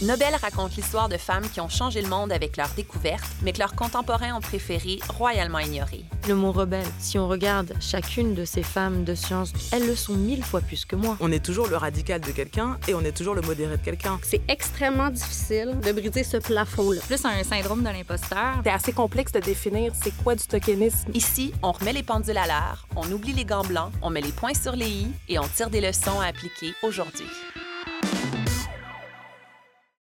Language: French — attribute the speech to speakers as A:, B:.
A: Nobel raconte l'histoire de femmes qui ont changé le monde avec leurs découvertes, mais que leurs contemporains ont préféré royalement ignorer.
B: Le mot rebelle, si on regarde chacune de ces femmes de science, elles le sont mille fois plus que moi.
C: On est toujours le radical de quelqu'un et on est toujours le modéré de quelqu'un.
D: C'est extrêmement difficile de briser ce plafond-là.
E: Plus un syndrome de l'imposteur.
F: C'est assez complexe de définir c'est quoi du tokenisme.
A: Ici, on remet les pendules à l'heure, on oublie les gants blancs, on met les points sur les i et on tire des leçons à appliquer aujourd'hui.